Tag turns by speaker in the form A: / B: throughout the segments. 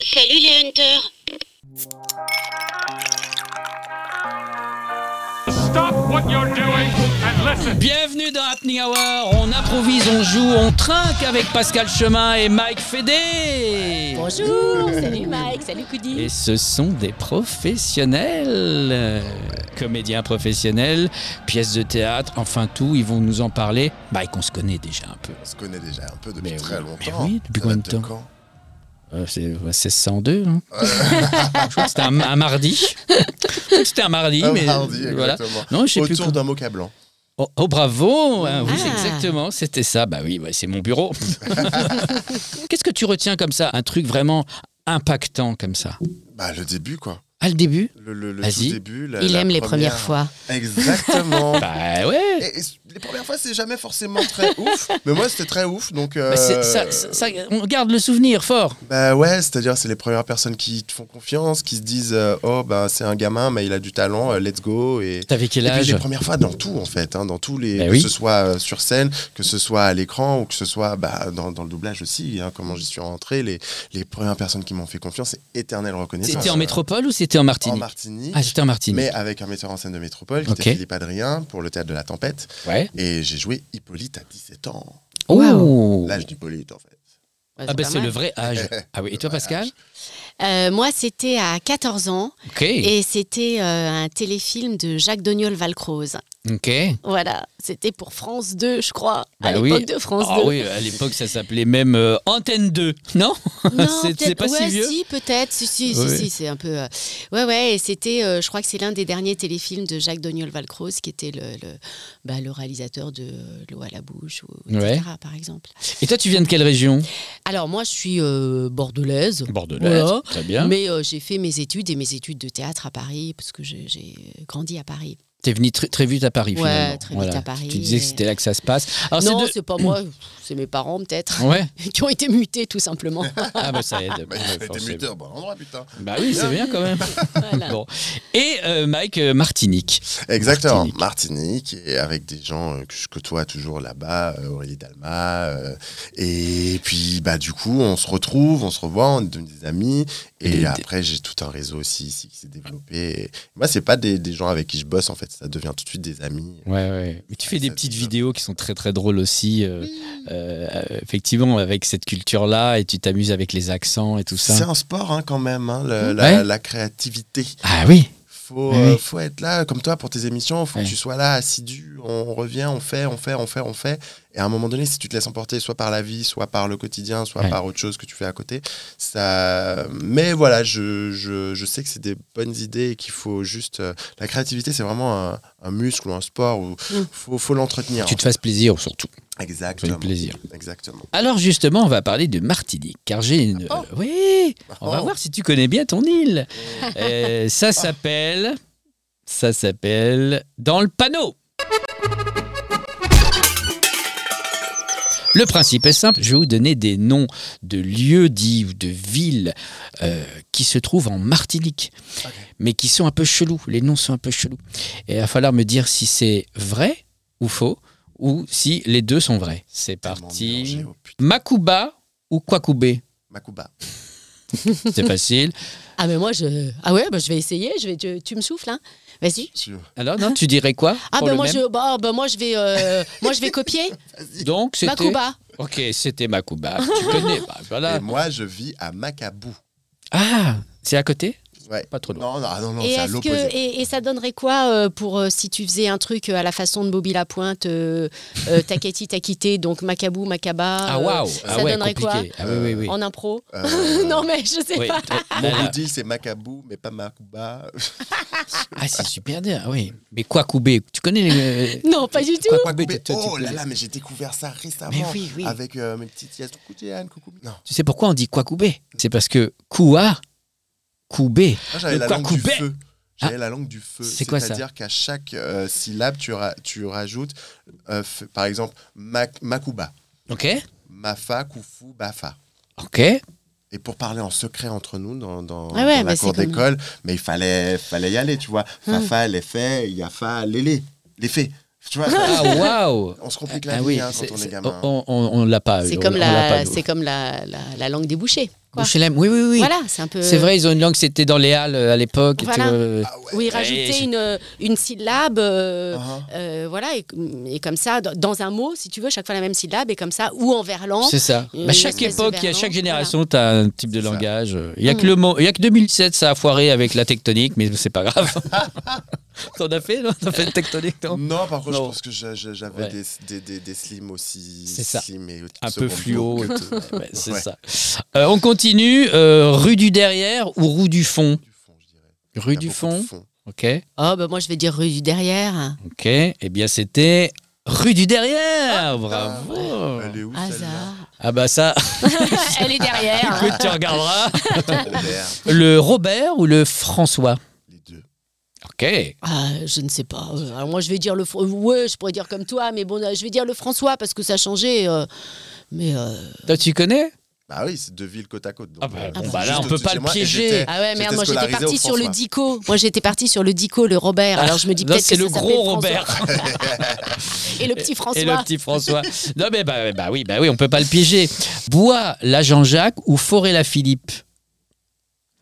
A: Salut les hunters
B: Stop what you're doing and listen.
C: Bienvenue dans Happening Hour, on improvise, on joue, on trinque avec Pascal Chemin et Mike Fédé
D: Bonjour, salut Mike, salut Coudi.
C: Et ce sont des professionnels, euh, comédiens professionnels, pièces de théâtre, enfin tout, ils vont nous en parler. Mike, on se connaît déjà un peu.
E: On se connaît déjà un peu depuis
C: Mais
E: très
C: oui, mais
E: longtemps.
C: oui, depuis
E: Ça
C: combien de
E: date
C: temps
E: quand
C: Euh, c'est ouais, 1602, hein. Je crois que c'était un, un mardi. Je crois que C'était un mardi,
E: Un
C: mais
E: mardi,
C: voilà.
E: exactement.
C: Non, je sais plus.
E: Autour
C: quand-
E: d'un mot cablant.
C: Oh, oh, bravo hein, Oui,
D: Ah.
C: c'est exactement, c'était ça. Bah oui, bah, c'est mon bureau. Qu'est-ce que tu retiens comme ça Un truc vraiment impactant comme ça
E: Bah, le début, quoi.
C: À le début
E: Le, le, le
C: Vas-y.
E: tout début. la-
D: Euh, Il
E: la
D: aime les
E: première-
D: premières fois.
E: Exactement.
C: Bah ouais
E: Et- et les premières fois, c'est jamais forcément très ouf. Mais moi, c'était très ouf. Donc, euh,
C: Bah, c'est- ça- ça- ça- On garde le souvenir fort
E: bah ouais, c'est-à-dire, c'est les premières personnes qui te font confiance, qui se disent euh, Oh, bah, c'est un gamin, mais il a du talent, euh, let's go. Et,
C: T'avais quel
E: Et puis
C: âge
E: les premières fois dans tout en fait, hein, dans tous les,
C: Ben
E: que
C: oui.
E: ce soit euh, sur scène, que ce soit à l'écran ou que ce soit bah, dans, dans le doublage aussi. hein, comment j'y suis rentré, les, les premières personnes qui m'ont fait confiance, c'est éternelle reconnaissance.
C: C'était en
E: Euh,
C: métropole ou c'était en
E: En
C: Martinique
E: Martinique.
C: Ah, c'était en Martinique.
E: mais avec un metteur en scène de métropole qui
C: Ok.
E: était Philippe Adrien pour le théâtre de la tempête.
C: Ouais.
E: Et j'ai joué Hippolyte à 17 ans.
C: Oh
E: L'âge d'Hippolyte en fait.
D: Ouais,
C: Ah bah
D: pas
C: c'est le
D: mal.
C: vrai âge. Ah oui, et toi
E: Le vrai
C: Pascal
D: Euh, moi, c'était à 14 ans
C: Ok.
D: et c'était euh, un téléfilm de Jacques Doniol Valcroze.
C: Ok.
D: Voilà, c'était pour France 2, je crois, à
C: Bah oui.
D: l'époque de France
C: Ah
D: 2.
C: oui, à l'époque ça s'appelait même euh, Antenne 2, non
D: Non,
C: C'est- c'est
D: peut-être-
C: pas si
D: ouais,
C: vieux
D: si, peut-être. Si, si, si,
C: Ouais.
D: si, c'est un peu. euh, Ouais, ouais. Et c'était, euh, je crois que c'est l'un des derniers téléfilms de Jacques Doniol Valcroze, qui était le, le, bah, le réalisateur de euh, L'eau à la bouche, ou, etc.,
C: Ouais.
D: par exemple.
C: Et toi tu viens de quelle région
D: Alors, moi, je suis euh, bordelaise.
C: Bordelais.
D: Voilà.
C: Très bien.
D: Mais euh, j'ai fait mes études et mes études de théâtre à Paris, parce que j'ai- j'ai grandi à Paris.
C: T'es venu tr- très vite à Paris
D: Ouais,
C: finalement.
D: très vite à Paris.
C: Tu disais que c'était là que ça se passe. Alors, Ah, c'est
D: non,
C: de-
D: c'est pas moi, c'est mes parents peut-être,
C: Ouais.
D: qui ont été mutés tout simplement.
C: Ah bah ça aide.
E: Bah,
C: Ouais,
E: il a été
C: forcément.
E: muté au bon endroit, putain.
C: Bah oui, c'est bien quand même.
D: Voilà.
C: Bon. Et euh, Mike euh, Martinique.
E: Exactement,
C: Martinique.
E: Martinique. et avec des gens euh, que je côtoie toujours là-bas, euh, Aurélie Dalma. euh, et puis, bah, du coup, on se retrouve, on se revoit, on devient des amis.
C: Et
E: Et
C: des-
E: après, j'ai tout un réseau aussi ici qui s'est développé. Et moi, c'est pas des, des gens avec qui je bosse, en fait, ça devient tout de suite des amis.
C: Ouais, ouais. Mais tu fais des
E: Ça,
C: petites
E: c'est
C: vidéos qui sont très très drôles aussi. euh, euh, euh, effectivement, avec cette culture-là, et tu t'amuses avec les accents et tout
E: C'est
C: ça. Mmh.
E: un sport hein, quand même, hein, le- la,
C: Ouais.
E: la créativité.
C: Ah oui.
E: Faut,
C: Oui.
E: euh, faut être là, comme toi, pour tes émissions. Faut
C: Ouais.
E: que tu sois là, assidu. On revient, on fait, on fait, on fait, on fait. Et à un moment donné, si tu te laisses emporter, soit par la vie, soit par le quotidien, soit
C: Ouais.
E: par autre chose que tu fais à côté, ça. Mais voilà, je, je, je sais que c'est des bonnes idées et qu'il faut juste. euh, La créativité, c'est vraiment un, un muscle ou un sport où
D: Mm.
E: faut, faut l'entretenir.
C: Tu te fasses plaisir surtout.
E: Exactement.
C: Avec plaisir.
E: Exactement.
C: Alors justement, on va parler de Martinique, car j'ai une. euh, oui. On va
E: Oh.
C: voir si tu connais bien ton île. Euh, ça s'appelle. Ça s'appelle. Dans le panneau. Le principe est simple, je vais vous donner des noms de lieux dits ou de villes euh, qui se trouvent en Martinique, mais qui sont un peu chelous, les noms sont un peu chelous. Et il va falloir me dire si c'est vrai ou faux, ou si les deux sont vrais. C'est
E: Tellement mélangé,
C: parti.
E: oh putain.
C: Makuba ou Kwakubé
E: Makuba.
C: C'est facile.
D: Ah mais moi je ah ouais bah, je vais essayer, je vais tu, tu me souffles hein. Vas-y.
E: Tu-
C: Alors, non, tu dirais quoi
D: Ah
C: pour
D: ben
C: le
D: moi
C: même
D: je bah, bah, moi je vais euh, moi je vais copier
C: Donc, c'était.
D: Makuba.
C: Ok, c'était Makuba. tu connais. bah, voilà.
E: Et moi, je vis à Macabou.
C: Ah, c'est à côté
E: Ouais.
C: Pas trop loin.
D: Euh,
E: Non, non, ah non, non,
D: Et
E: c'est à
D: est-ce que
E: l'opposé.
D: et, et ça donnerait quoi euh, pour euh, si tu faisais un truc euh, à la façon de Bobby Lapointe euh, euh, Taketi Takité donc Macabou Macaba
C: Ah,
D: euh,
C: waouh
D: ça
C: Ah, ouais,
D: donnerait
C: compliqué. Ah, oui, oui, oui.
D: en impro
E: Euh,
D: Non mais je sais
C: Oui.
D: pas.
C: Là,
E: Mon
C: là.
E: goodie, c'est Macabou, mais pas Makuba.
C: Ah, c'est super bien, oui. Mais Kwakubé, tu connais les.
D: Non, pas du tout.
C: Kwakubé,
E: Mais
C: tu- tu-
E: oh
C: tu-
E: là là, mais j'ai découvert ça récemment.
C: Mais oui, oui.
E: Avec euh, mes petites yes. Coucou Diane, coucou. Non,
C: Tu sais pourquoi on dit Kwakubé C'est parce que Koua, Koubé.
E: moi j'avais
C: Le
E: la langue du
C: Kwakubé.
E: feu. J'avais la langue du feu.
C: C'est quoi ça
E: C'est-à-dire qu'à chaque euh, syllabe, tu, ra- tu rajoutes, euh, f- par exemple, Mac- Makuba,
C: Ok
E: Mafa, Koufu, Bafa.
C: Ok.
E: Et pour parler en secret entre nous dans, dans,
D: Ah ouais,
E: dans la
D: bah
E: cour
D: c'est comme-
E: d'école, mais il fallait, fallait y aller, tu vois.
C: Hmm.
E: Fafa, les faits, Yafa, Lélé, les faits. Tu vois,
C: Ah, waouh
E: on se complique la
C: Ah
E: vie
C: oui,
E: hein,
C: c'est-
E: quand on
C: c'est-
E: est gamin.
D: Ah,
C: on on- on l'a pas.
D: C'est
C: on-
D: comme
C: on l'a
D: la
C: pas, nous.
D: c'est comme la, la, la langue des bouchers. quoi.
C: HLM, oui, oui, oui.
D: Voilà, c'est un peu.
C: C'est vrai, ils ont une langue, c'était dans les Halles euh, à l'époque. et
D: Voilà.
C: tout, euh,
D: Où ils
C: Et c'est-
D: rajoutaient une, une syllabe, euh,
C: Uh-huh.
E: Ah.
D: euh, voilà, et, et comme ça, dans- dans un mot, si tu veux, chaque fois la même syllabe, et comme ça, ou en verlan.
C: C'est ça.
D: Une
C: Bah, chaque
D: espèce de
C: époque, à
D: verlan,
C: chaque
D: voilà. Mm.
C: génération, tu as un type de
E: oh. C'est ça.
C: langage. euh. Il n'y a, que le mot- il y a que 2007, ça a foiré avec la tectonique, mais c'est pas grave. T'en as fait, non T'as fait une tectonique, non
E: Non, par contre,
C: Non.
E: je pense que j'a- j'a- j'avais
C: Ouais.
E: des, des, des, des slims aussi.
C: C'est ça.
E: slim et
C: Un
E: seconde
C: peu fluo
E: bourre
C: et
E: que de-
C: Ouais, C'est
E: Ouais.
C: ça. Euh, on continue. euh, rue du derrière ou rue du fond
E: Du fond, je dirais. Il y
C: Rue
E: a
C: Hum. du
E: beaucoup de
C: fond. Ok.
D: Oh, bah moi, je vais dire rue du derrière.
C: Ok. Eh bien, c'était rue du derrière.
E: Ah,
C: Bravo.
E: Elle est où celle-là
D: Hasard.
C: Ah bah ça,
D: Elle est derrière.
C: écoute, tu regarderas.
E: Vert,
C: Le Robert ou le François
E: Les deux.
C: Ok.
D: Ah, je ne sais pas. Euh, Alors moi, je vais dire le. Fr- Ouais, je pourrais dire comme toi, mais bon, euh, je vais dire le François parce que ça a changé. euh, Mais euh,
C: Toi, tu connais
E: Bah oui, c'est deux villes côte à côte. donc,
C: Ah bah,
E: euh,
C: bon,
E: juste
C: bah là, on peut
E: au-dessus
C: pas
E: de
C: le
E: moi, et
C: piéger.
E: j'étais-
D: ah ouais, merde,
E: j'étais
D: moi j'étais
E: scolarisé au
D: partie sur le
E: François.
D: Dico. Moi j'étais partie sur le Dico, le Robert. Alors je me dis
C: Non,
D: peut-être
C: c'est
D: que
C: le
D: ça s'appelle
C: gros
D: François.
C: Robert.
D: et le petit François.
C: Et le petit François. non, mais bah, bah oui, bah oui, on peut pas le piéger. Bois la Jean-Jacques ou Forêt la Philippe.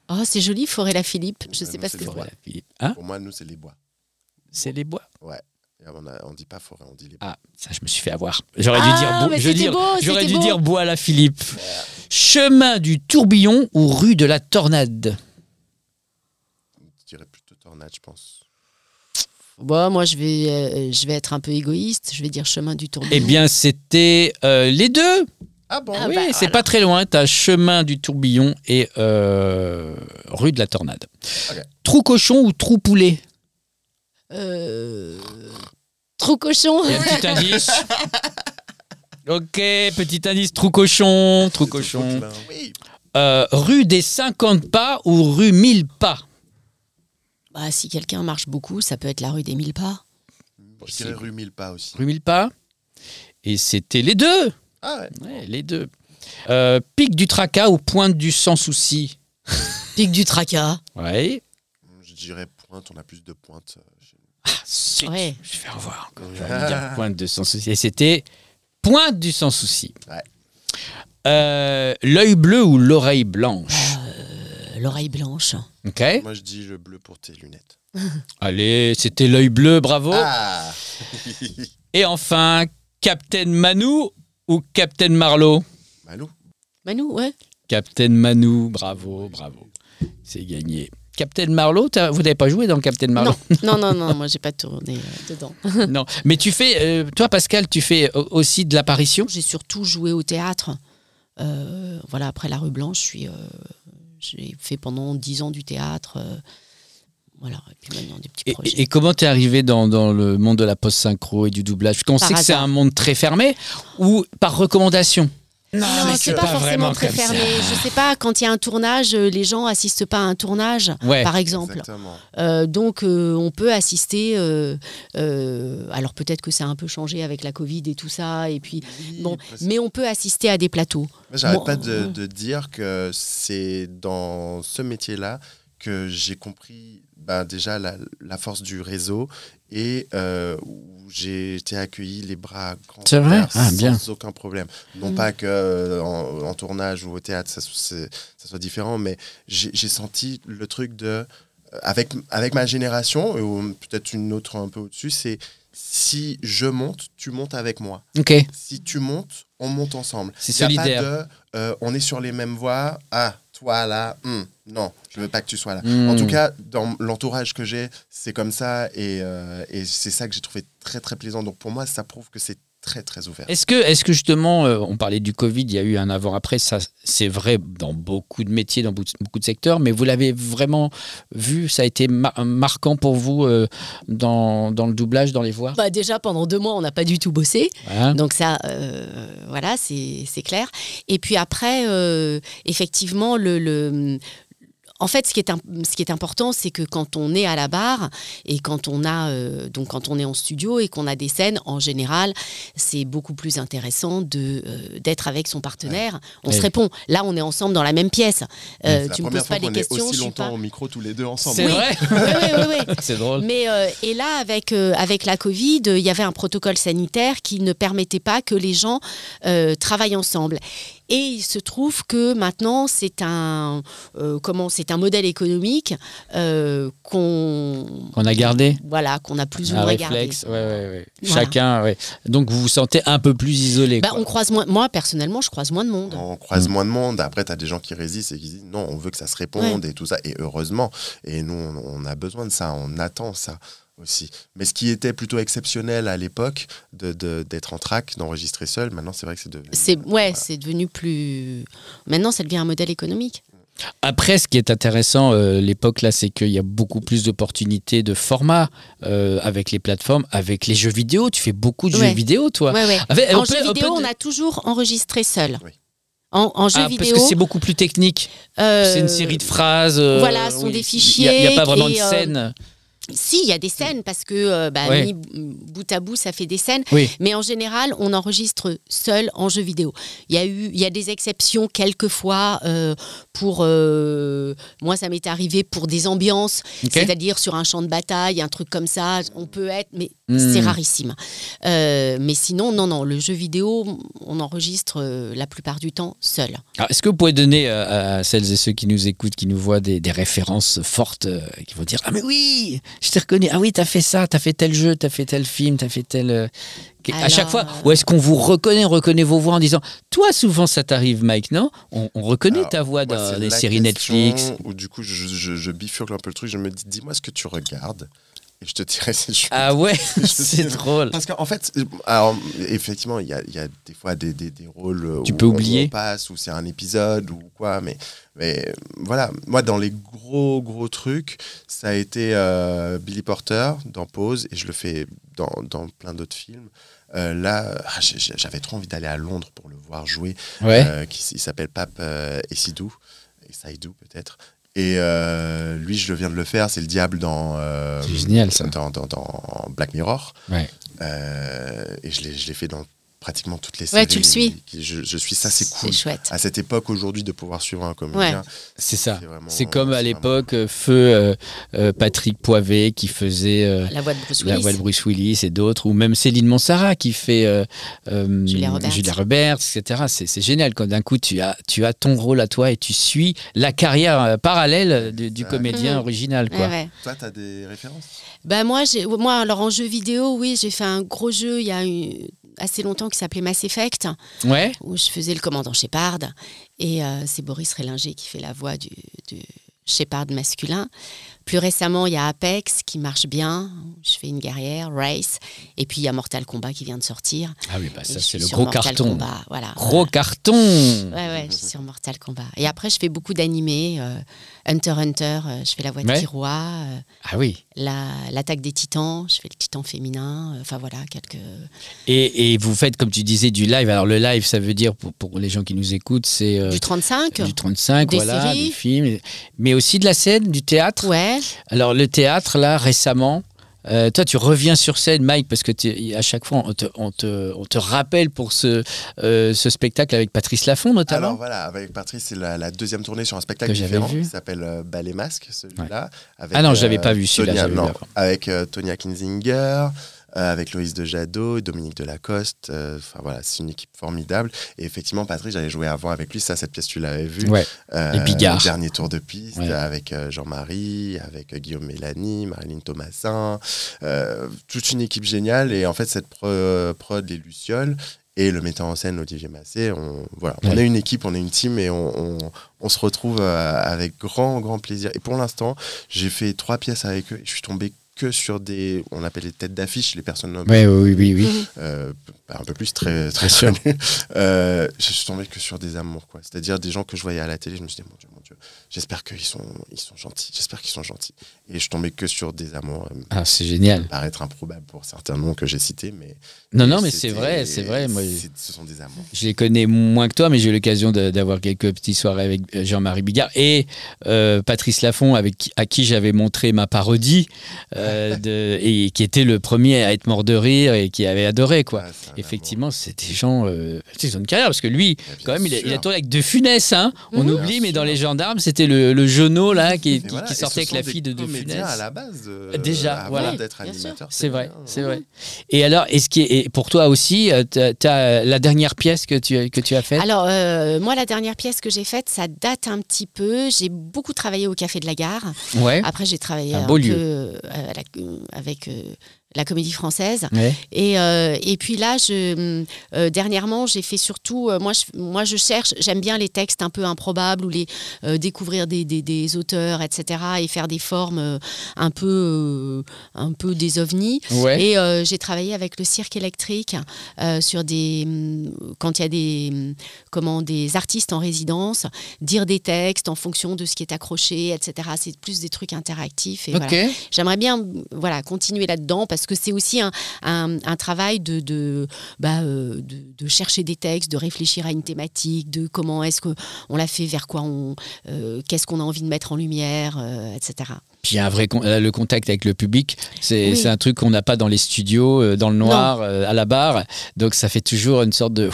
D: Oh, c'est joli, Forêt la Philippe. Je
E: Ouais,
D: sais
E: non,
D: pas
E: c'est
D: ce que
E: les bois.
D: c'est.
C: Forêt la Philippe. Hein
E: Pour moi, nous, c'est les bois.
C: c'est les bois.
E: Et On, a- on dit pas forêt, on dit les bois.
C: Ah, ça, je me suis fait avoir. J'aurais dû
D: Ah,
C: dire, bo-
D: mais
C: je
D: c'était
C: dire-
D: beau,
C: j'aurais
D: c'était
C: dû
D: beau.
C: dire Bois la Philippe. Chemin du tourbillon ou rue de la tornade.
E: Je dirais plutôt tornade, je pense.
D: Bon, moi je vais, euh, je vais être un peu égoïste. Je vais dire chemin du tourbillon.
C: Eh bien, c'était euh, les deux.
E: Ah bon
D: Ah
C: oui,
D: bah,
C: c'est
D: voilà.
C: pas très loin. T'as chemin du tourbillon et euh, rue de la tornade.
E: Ok.
C: Trou cochon ou trou poulet
D: Euh, Trou cochon.
C: Il y a un petit indice. Ok, petit indice, trou cochon, trou cochon.
E: Oui.
C: Euh, rue des 50 pas ou rue 1000 pas
D: Bah, si quelqu'un marche beaucoup, ça peut être la rue des mille pas.
E: Je dirais rue Mille Pas aussi.
C: Rue 1000 pas Et c'était les deux
E: Ah ouais.
C: Ouais, les deux. Euh, pic du tracas ou pointe du sans souci
D: Pic du tracas.
C: Ouais.
E: Je dirais pointe, on a plus de pointe. euh,
C: Ah, zut,
D: Ouais.
C: Je vais revoir encore. Je vais aller dire pointe du sans souci. Et c'était pointe du sans souci.
E: Ouais.
C: Euh, L'œil bleu ou l'oreille blanche
D: Euh, L'oreille blanche.
C: Ok.
E: Moi, je dis le bleu pour tes lunettes.
C: Allez, c'était l'œil bleu, bravo.
E: Ah
C: Et enfin, Captain Manou ou Captain Marlowe
E: Malou
D: Manou, ouais.
C: Captain Manou, bravo, bravo. C'est gagné. Captain Marlowe, t'as- vous n'avez pas joué dans Captain Marlowe
D: Non, non, non, moi j'ai pas tourné euh, dedans.
C: non. Mais tu fais, euh, toi Pascal, tu fais euh, aussi de l'apparition
D: J'ai surtout joué au théâtre. Euh, voilà, après la rue Blanche, je suis, euh, j'ai fait pendant 10 ans du théâtre. euh, voilà, et puis maintenant des petits
C: et,
D: projets.
C: et- et comment t'es arrivé dans, dans le monde de la post-synchro et du doublage Parce qu'on
D: Par
C: sait que c'est
D: hasard.
C: un monde très fermé ou par recommandation Non,
D: c'est Ah, pas, forcément très fermé. Je sais pas, quand il y a un tournage, euh, les gens assistent pas à un tournage,
C: Ouais.
D: par exemple.
E: Exactement.
D: Euh, donc euh, on peut assister. euh, euh, alors peut-être que ça a un peu changé avec la Covid et tout ça. Et puis bon,
E: parce-
D: mais on peut assister à des plateaux.
E: Moi, j'arrête
D: Moi, euh,
E: pas de,
D: ouais.
E: de dire que c'est dans ce métier-là que j'ai compris ben, déjà la, la force du réseau et euh, où j'ai été accueilli les bras grands
C: C'est vrai
E: ouverts
C: Ah,
E: sans
C: bien.
E: aucun problème. Non
D: Mm.
E: pas que euh, en, en tournage ou au théâtre ça, so- c'est- ça soit différent, mais j'ai j'ai senti le truc de euh, avec avec ma génération ou peut-être une autre un peu au-dessus, c'est si je monte, tu montes avec moi
C: Ok,
E: si tu montes, on monte ensemble. Y
C: C'est
E: a pas
C: solidaire.
E: de, euh, on est sur les mêmes voies. Ah, toi là, hmm, non, je veux pas que tu sois là.
C: Hmm.
E: En tout cas, dans l'entourage que j'ai, c'est comme ça et, euh, et c'est ça que j'ai trouvé très très plaisant. Donc pour moi, ça prouve que c'est très très ouvert.
C: Est-ce que, est que justement, euh, on parlait du Covid, il y a eu un avant-après, ça c'est vrai dans beaucoup de métiers, dans beaucoup de- beaucoup de secteurs, mais vous l'avez vraiment vu, ça a été mar- marquant pour vous euh, dans, dans le doublage, dans les voix
D: Bah déjà pendant deux mois, on n'a pas du tout bossé.
C: Hein
D: Donc ça, euh, voilà, c'est c'est clair. Et puis après, euh, effectivement, le... le- en fait, ce qui est, im- ce qui est important, c'est que quand on est à la barre et quand on a euh, donc quand on est en studio et qu'on a des scènes, en général, c'est beaucoup plus intéressant de euh, d'être avec son partenaire. On
C: Ouais.
D: se répond. Là, on est ensemble dans la même pièce. Euh,
E: C'est la
D: tu me
E: première
D: poses pas
E: fois
D: des
E: qu'on est
D: questions.
E: aussi
D: je suis
E: longtemps
D: pas.
E: au micro tous les deux ensemble.
C: C'est
D: Oui.
C: vrai
D: Ouais, ouais, ouais, ouais.
C: C'est drôle.
D: Mais euh, et là, avec, euh, avec la Covid, euh, il y avait un protocole sanitaire qui ne permettait pas que les gens euh, travaillent ensemble. Et il se trouve que maintenant, c'est un, euh, comment, c'est un modèle économique euh, qu'on
C: Qu'on a gardé
D: voilà, qu'on a plus ou
C: un
D: moins gardé.
C: réflexe. ouais, ouais, ouais.
D: Voilà.
C: Chacun, ouais. Donc vous vous sentez un peu plus isolé.
D: Bah,
C: quoi.
D: on croise moins, moi, personnellement, je croise moins de monde.
E: On croise
C: Mm.
E: moins de monde. Après, tu as des gens qui résistent et qui disent non, on veut que ça se réponde et tout ça. Et heureusement. Et nous, on, on a besoin de ça. On attend ça aussi. Mais ce qui était plutôt exceptionnel à l'époque de- de- d'être en track, d'enregistrer seul, maintenant, c'est vrai que c'est devenu.
D: C'est ouais,
E: Voilà.
D: c'est devenu plus. Maintenant, ça devient un modèle économique.
C: Après, ce qui est intéressant, euh, l'époque là, c'est qu'il y a beaucoup plus d'opportunités de format euh, avec les plateformes, avec les jeux vidéo. Tu fais beaucoup de
D: Ouais.
C: jeux vidéo, toi.
D: Ouais, ouais.
C: Avec-
D: En
C: Euh, on
D: jeu
C: peut- on
D: vidéo,
C: peut-
D: on a toujours enregistré seul.
E: Oui.
D: En, en jeu
C: Ah,
D: vidéo,
C: parce que c'est beaucoup plus technique.
D: euh,
C: c'est une série de phrases. euh,
D: voilà, ce sont des
C: Il y a- il y a,
D: fichiers
C: pas vraiment de
D: et, euh,
C: scène.
D: Si, il y a des scènes parce que euh, bah,
C: Ouais.
D: mis bout à bout, ça fait des scènes.
C: Oui.
D: Mais en général, on enregistre seul en jeu vidéo. Il y a eu, il y a des exceptions quelquefois euh, pour. euh, moi, ça m'est arrivé pour des ambiances,
C: Ok.
D: c'est-à-dire sur un champ de bataille, un truc comme ça. On peut être, mais
C: Hmm.
D: c'est rarissime. Euh, mais sinon, non, non, le jeu vidéo, on enregistre euh, la plupart du temps seul.
C: Alors, Est-ce que vous pouvez donner euh, à celles et ceux qui nous écoutent, qui nous voient, des, des références fortes euh, qui vont dire Ah, mais oui, je t'ai reconnu. Ah, oui, t'as fait ça, t'as fait tel jeu, t'as fait tel film, t'as fait tel. euh, que- À
D: Alors,
C: chaque fois,
D: euh,
C: ou est-ce qu'on vous reconnaît, on reconnaît vos voix en disant Toi, souvent, ça t'arrive, Mike, non on, on reconnaît
E: Alors,
C: ta voix
E: Moi,
C: dans
E: c'est
C: les
E: la
C: séries
E: question
C: Netflix.
E: Où du coup, je, je, je bifurque un peu le truc. Je me dis, dis-moi ce que tu regardes et je te dirai si je suis
C: Ah ouais, c'est
E: sais.
C: drôle.
E: Parce qu'en fait, euh, alors, effectivement, il y a, il y a des fois des, des, des rôles euh,
C: Tu
E: où
C: peux
E: on-
C: oublier.
E: on passe, ou c'est un épisode, ou quoi, mais, mais euh, voilà. Moi, dans les gros, gros trucs, ça a été euh, Billy Porter dans Pause, et je le fais dans, dans plein d'autres films. Euh, là, ah, j'ai- j'ai- j'avais trop envie d'aller à Londres pour le voir jouer.
C: Ouais.
E: Euh, qui s- il s'appelle Pape euh, Essidou, Essidou peut-être. Et euh, lui, je viens de le faire, c'est le diable dans, euh,
C: C'est génial, ça.
E: dans, dans- dans Black Mirror.
C: Ouais.
E: Euh, et je l'ai je l'ai fait dans pratiquement toutes les séries.
D: Ouais, tu le suis.
E: qui- Je, je suis ça, c'est cool.
D: C'est chouette.
C: Ah.
E: À cette époque, aujourd'hui, de pouvoir suivre un comédien.
C: C'est ça.
E: vraiment-
C: C'est comme à
E: c'est
C: l'époque, euh, feu euh, euh, Patrick Poivet qui faisait. euh,
D: La voix de Bruce
C: la
D: Willis.
C: voix de Bruce Willis et d'autres, ou même Céline Monsara qui fait euh, euh,
D: Julia Roberts.
C: Julia Roberts, etc. C'est, c'est génial quand d'un coup tu as, tu as ton rôle à toi et tu suis la carrière euh, parallèle du, du
E: Ouais.
C: comédien
D: Mhm.
C: original. Quoi.
D: Ouais, ouais.
E: Toi, t'as des références
D: Bah moi, j'ai- moi, alors en jeu vidéo, oui, j'ai fait un gros jeu il y a eu- assez longtemps qui s'appelait Mass Effect,
C: Ouais.
D: où je faisais le commandant Shepard. Et euh, c'est Boris Rélinger qui fait la voix du, du Shepard masculin. Plus récemment, il y a Apex qui marche bien. où Je fais une guerrière, Race. Et puis il y a Mortal Kombat qui vient de sortir.
C: Ah oui, bah,
D: Et
C: ça
D: je
C: c'est
D: suis
C: le
D: sur
C: gros
D: Mortal
C: carton.
D: Kombat, voilà.
C: Gros carton
D: Ouais, ouais, je suis sur Mortal Kombat. Et après, je fais beaucoup d'animés. euh, Hunter x Hunter, euh, je fais la voix de
C: Ouais.
D: Kiroi. euh,
C: Ah oui.
D: la- l'attaque des titans, je fais le titan féminin, euh, enfin voilà, quelques...
C: Et, et vous faites, comme tu disais, du live. Alors le live, ça veut dire, pour, pour les gens qui nous écoutent, c'est euh,
D: du 35
C: du 35,
D: Des
C: voilà,
D: séries.
C: des films, mais aussi de la scène, du théâtre.
D: Ouais,
C: Alors le théâtre, là, récemment, euh, toi tu reviens sur scène, Mike, parce que t'es- à chaque fois on te, on te- on te rappelle pour ce, euh, ce spectacle avec Patrice Laffont notamment.
E: Alors euh, voilà, avec Patrice, c'est la, la deuxième tournée sur un spectacle
C: Que j'avais
E: différent
C: vu.
E: qui s'appelle euh, Ballet Masque, celui-là. avec,
C: Ah non, je
E: euh,
C: l'avais pas vu, celui-là,
E: Tonya-
C: j'avais vu
E: non,
C: avant.
E: Avec euh, Tonya Kinzinger, euh, avec Loïs de Jadot, Dominique Delacoste. euh, Enfin voilà, c'est une équipe formidable. Et effectivement, Patrice, j'avais joué avant avec lui. Ça, cette pièce, tu l'avais vue.
C: Ouais.
E: Euh,
C: Et Bigard.
E: Dernier tour de piste
C: Ouais.
E: avec euh, Jean-Marie, avec euh, Guillaume Mélanie, Marilyn Thomasin, euh, toute une équipe géniale. Et en fait, cette pro- prod, les Lucioles, et le metteur en scène, Olivier Massé, on, voilà, on
C: Ouais.
E: est une équipe, on est une team et on, on- on se retrouve euh, avec grand, grand plaisir. Et pour l'instant, j'ai fait trois pièces avec eux et je suis tombé que sur des, on appelle les têtes d'affiche, les personnes
C: Ouais, oui, oui, oui.
E: euh, bah, un peu plus très très connu. Euh, je suis tombé que sur des amours quoi c'est-à-dire des gens que je voyais à la télé je me suis dit mon dieu mon dieu j'espère qu'ils sont ils sont gentils j'espère qu'ils sont gentils et je tombais que sur des amours euh,
C: Ah, c'est génial.
E: paraître improbable pour certains noms que j'ai cités mais
C: Non, non, mais c'est
E: c'était-
C: vrai, c'est vrai. Moi,
E: c'est- ce sont des amours
C: je les connais moins que toi, mais j'ai eu l'occasion de- d'avoir quelques petites soirées avec euh, Jean-Marie Bigard et euh, Patrice Laffont, avec qui- à qui j'avais montré ma parodie. Euh, euh, de, et qui était le premier à être mort de rire et qui avait adoré, quoi.
E: Ah, c'est un
C: Effectivement, c'est des gens. euh, ils ont une carrière parce que lui,
E: amour.
C: quand même, il a, il a
E: Bien sûr. Mmh.
C: tourné avec De Funès. Hein. On
D: Mhm.
C: oublie,
E: Bien
C: mais dans
E: sûr.
C: Les Gendarmes, c'était le, le jeuneau, là qui,
E: Et
C: qui-
E: voilà,
C: qui
E: et
C: sortait
E: ce
C: avec la
E: sont
C: fille de
E: des
C: De
E: comédiens
C: Funès.
E: à la hein. base. euh,
C: Déjà,
E: avant
C: voilà.
E: d'être
D: Bien sûr.
E: animateur,
C: C'est vrai,
E: bien.
C: c'est vrai. Et alors, est-ce qui est, et pour toi aussi, euh, tu as la dernière pièce que tu, que tu as faite
D: Alors, euh, moi, la dernière pièce que j'ai faite, ça date un petit peu. J'ai beaucoup travaillé au Café de la Gare.
C: Ouais.
D: Après, j'ai travaillé
C: Un
D: un,
C: beau
D: peu
C: lieu.
D: euh, à la- euh, avec euh, la comédie française.
C: Ouais.
D: Et, euh, et puis là, je, hum, euh, dernièrement, j'ai fait surtout. euh, moi, je, moi, je cherche. J'aime bien les textes un peu improbables ou les euh, découvrir des, des- des auteurs, etc. Et faire des formes euh, un peu, euh, un peu des ovnis.
C: Ouais.
D: Et euh, j'ai travaillé avec le cirque électrique euh, sur des hum, quand il y a des hum, comment des artistes en résidence dire des textes en fonction de ce qui est accroché, etc. C'est plus des trucs interactifs. Et
C: ok.
D: voilà. J'aimerais bien mm, voilà, continuer là-dedans parce que c'est aussi un, un- un travail de, de, bah, euh, de, de chercher des textes, de réfléchir à une thématique, de comment est-ce qu'on l'a fait, vers quoi on. euh, qu'est-ce qu'on a envie de mettre en lumière, euh, etc.
C: Puis il y a un vrai con- euh, le contact avec le public, c'est
D: Oui.
C: c'est un truc qu'on n'a pas dans les studios, euh, dans le noir, euh, à la barre. Donc ça fait toujours une sorte de,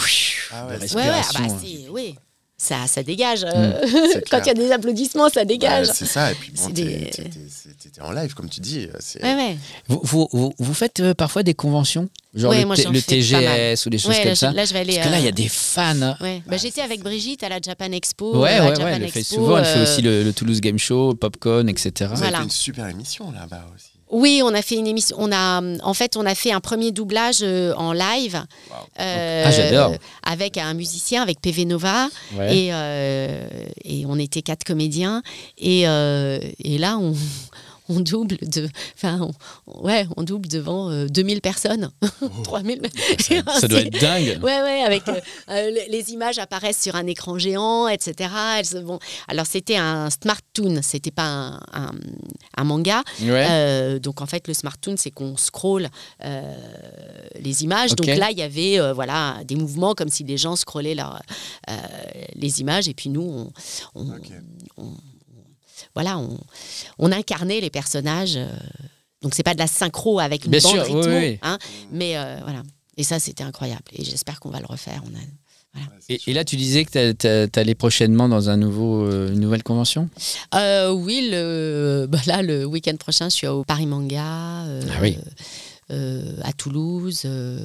E: Ah
C: de
E: ouais, c'est-
D: Ouais, ouais, ah bah,
C: respiration.
D: c'est- oui. Ça, ça dégage.
C: Mm.
D: euh,
E: C'est
D: Quand il y a
E: clair.
D: des applaudissements, ça dégage.
E: Bah, c'est ça, et puis bon,
D: C'est
E: t'es
D: des-
E: t'es- t'es- c'est- t'es- t'es en live, comme tu dis. euh, c'est-
D: ouais, ouais.
C: vous, vous, vous- vous faites euh, parfois des conventions Genre
D: Ouais,
C: le,
D: moi,
C: T-
D: j'en
C: le
D: fais pas mal.
C: TGS ou des choses
D: Ouais,
C: comme
D: là, je-
C: ça
D: là, je vais aller.
C: Parce que là, il y
D: euh,
C: a des fans. hein.
D: ouais. Bah, J'étais avec Brigitte à la Japan Expo.
C: Ouais,
D: euh, à
C: ouais,
D: Japan
C: ouais, elle le fait
D: Expo,
C: souvent. Elle fait
D: euh,
C: aussi le, le Toulouse Game Show, Popcorn, etc.
E: Vous avez
D: Voilà.
E: fait une super émission là-bas aussi.
D: Oui, on a fait une émission. On a, hum, en fait, on a fait un premier doublage euh, en live.
E: Wow.
D: euh,
C: Ah, j'adore.
D: Avec un musicien, avec PV Nova.
C: Ouais.
D: Et, euh, et on était quatre comédiens. Et, euh, et là, on, on double de. Enfin, on- ouais, on double devant euh, 2000 personnes. 3000.
C: Oh. Ça doit être hein. dingue.
D: Ouais, ouais, avec euh, euh, les- les images apparaissent sur un écran géant, etc. Elles se- bon, alors c'était un smart toon, c'était pas un, un- un manga.
C: Ouais.
D: Euh, donc en fait, le smart toon, c'est qu'on scrolle euh, les images.
C: Ok.
D: Donc là, il y avait euh, voilà des mouvements comme si les gens scrollaient leur, euh, les images, et puis nous, on, on-
E: Ok.
D: on- voilà, on, on incarnait les personnages. euh, donc c'est pas de la synchro avec une
C: Bien
D: bande
C: sûr,
D: rythmo,
C: oui, oui.
D: hein, mais euh, voilà. Et ça, c'était incroyable. Et j'espère qu'on va le refaire. On a-
E: Ouais, c'est
C: Et,
E: sûr.
C: et là, tu disais que tu allais prochainement dans un nouveau, euh, une nouvelle convention
D: Euh, oui, le, bah là, le week-end prochain, je suis au Paris Manga, euh,
C: Ah oui.
D: euh, à Toulouse, euh,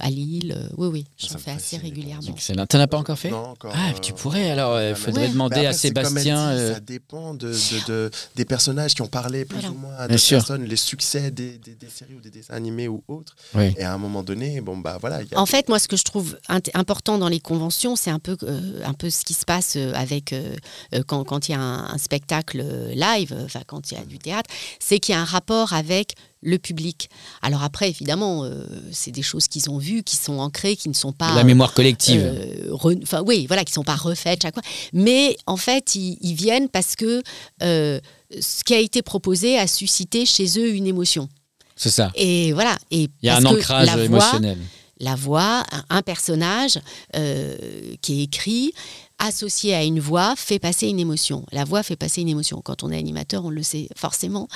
D: à Lille. euh, Oui, oui,
E: Ça
D: j'en
E: me
D: fais assez
E: fascine,
D: régulièrement.
C: Excellent. T'en as pas encore fait
E: Non, encore.
C: Ah,
E: euh,
C: tu pourrais. Alors, il
E: jamais.
C: faudrait
D: Ouais.
C: demander
E: Mais
C: à
E: après, c'est comme elle
C: Sébastien.
E: dit,
C: euh,
E: Ça dépend de, de- de- des personnages qui ont parlé plus
D: Voilà.
E: ou moins à
C: Bien
E: des
C: sûr.
E: personnes, les succès des, des- des séries ou des dessins animés ou autres.
C: Oui.
E: Et à un moment donné, bon, bah voilà. il y a-
D: En fait, moi, ce que je trouve int- important dans les conventions, c'est un peu, euh, un peu ce qui se passe euh, avec euh, euh, quand quand il y a un, un spectacle euh, live, euh, enfin quand il y
C: Mmh.
D: a du théâtre, c'est qu'il y a un rapport avec le public. Alors après, évidemment, euh, c'est des choses qu'ils ont vues, qui sont ancrées, qui ne sont pas
C: La
D: euh,
C: mémoire collective.
D: euh, re- Enfin, oui, voilà, qui sont pas refaites chaque fois. Mais en fait, ils, ils viennent parce que euh, ce qui a été proposé a suscité chez eux une émotion.
C: c'est ça.
D: Et voilà. Et
C: Il y a
D: parce
C: un
D: que
C: ancrage
D: la voix-
C: émotionnel.
D: La voix, un- un personnage euh, qui est écrit, associé à une voix, fait passer une émotion. La voix fait passer une émotion. Quand on est animateur, on le sait forcément.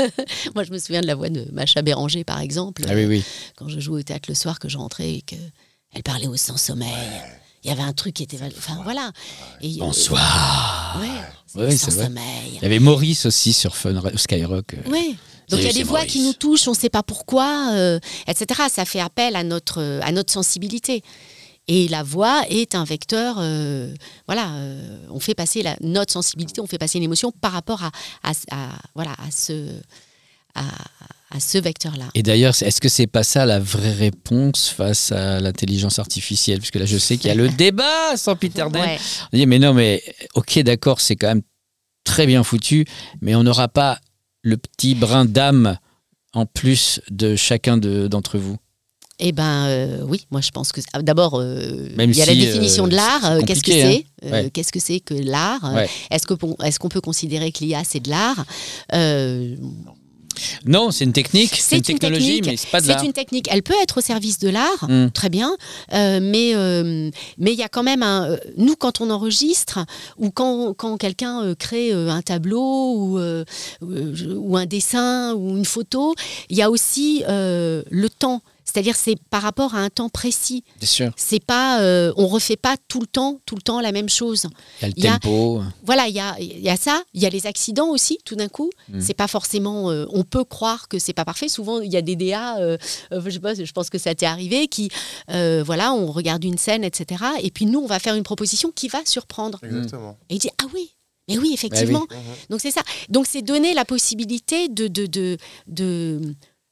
D: Moi, je me souviens de la voix de Macha Béranger, par exemple
C: Ah oui, oui.
D: quand je jouais au théâtre le soir que je rentrais et que elle parlait au sans sommeil. Il y avait un truc qui était val- enfin voilà. Et,
C: Bonsoir.
D: euh, ouais,
C: Ouais,
D: le
C: c'est
D: sans
C: vrai.
D: sommeil.
C: Il y avait Maurice aussi sur Fun Ra- Skyrock. euh.
D: Ouais. Donc il y
C: Salut,
D: a des
C: c'est
D: voix
C: Maurice.
D: qui nous touchent, on ne sait pas pourquoi, euh, etc. Ça fait appel à notre euh, à notre sensibilité. Et la voix est un vecteur, euh, voilà, euh, on fait passer la, notre sensibilité, on fait passer une émotion par rapport à, à, à- voilà à ce à, à ce vecteur-là.
C: Et d'ailleurs, c'est- est-ce que c'est pas ça la vraie réponse face à l'intelligence artificielle Parce que là, je sais qu'il y a le débat sans Peter Dell.
D: Ouais.
C: On dit, mais non, mais ok, d'accord, c'est quand même très bien foutu, mais on n'aura pas le petit brin d'âme en plus de chacun de- d'entre vous.
D: Eh ben euh, oui, moi je pense que ah, d'abord euh,
C: Même
D: il y a la
C: si,
D: définition
C: euh,
D: de l'art.
C: c'est
D: euh, Qu'est-ce que
C: compliqué, hein.
D: c'est Euh,
C: Ouais.
D: Qu'est-ce que c'est que l'art
C: Ouais.
D: Est-ce que est-ce qu'on peut considérer que l'IA c'est de l'art Euh,
C: Non, c'est une technique, c'est une
D: une
C: technologie,
D: technique,
C: mais c'est pas de
D: C'est
C: l'art.
D: une technique. Elle peut être au service de l'art,
C: Mm.
D: très bien, euh, mais euh, mais il y a quand même un. euh, Nous, quand on enregistre ou quand, quand quelqu'un euh, crée euh, un tableau ou euh, euh, je- ou un dessin ou une photo, il y a aussi euh, le temps. C'est-à-dire c'est par rapport à un temps précis.
C: Bien sûr.
D: C'est pas, euh, on refait pas tout le temps, tout le temps la même chose.
C: Il y a le
D: Il y a-
C: tempo.
D: Voilà, il y a, il y a ça, il y a les accidents aussi, tout d'un coup.
C: Mm.
D: C'est pas forcément. euh, on peut croire que c'est pas parfait. Souvent, il y a des DA, euh, euh, je, sais pas, je pense que ça t'est arrivé, qui, euh, voilà, on regarde une scène, etc. Et puis nous, on va faire une proposition qui va surprendre.
E: Exactement.
D: Et il dit Ah oui, mais oui, effectivement.
E: Mhm.
D: Donc c'est ça. Donc c'est donner la possibilité de. de, de, de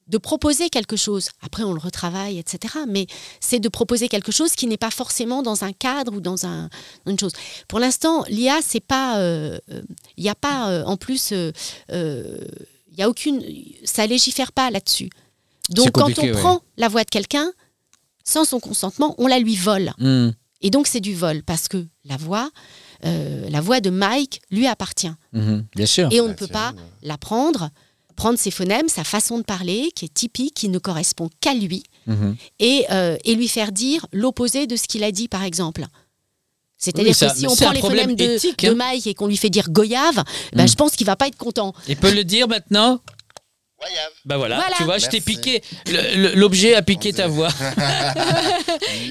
D: de proposer quelque chose. Après, on le retravaille, etc. Mais c'est de proposer quelque chose qui n'est pas forcément dans un cadre ou dans, un, dans une chose. Pour l'instant, l'IA, c'est pas, euh, euh, il n'y a pas, euh, en plus, euh, euh, il y a aucune, ça légifère pas là-dessus. Donc quand on
C: compliqué, ouais.
D: prend la voix de quelqu'un sans son consentement, on la lui vole.
C: Hmm.
D: Et donc c'est du vol parce que la voix, euh, la voix de Mike lui appartient.
C: Mhm. Bien sûr.
D: Et
E: La
D: on ne peut
E: tienne,
D: pas
E: ouais.
D: l'apprendre, prendre ses phonèmes, sa façon de parler, qui est typique, qui ne correspond qu'à lui,
C: Mhm.
D: et, euh, et lui faire dire l'opposé de ce qu'il a dit, par exemple.
C: Oui,
D: C'est-à-dire
C: ça-
D: que si on
C: c'est un
D: prend les
C: problème
D: phonèmes de,
C: éthique,
D: de
C: hein.
D: Mike et qu'on lui fait dire goyave, ben,
C: Mm.
D: je pense qu'il va pas être content.
C: Il peut le dire maintenant
E: Voyable.
C: Bah voilà,
D: Voilà.
C: tu vois, je t'ai
E: Merci.
C: piqué. le- le- L'objet a piqué ta voix.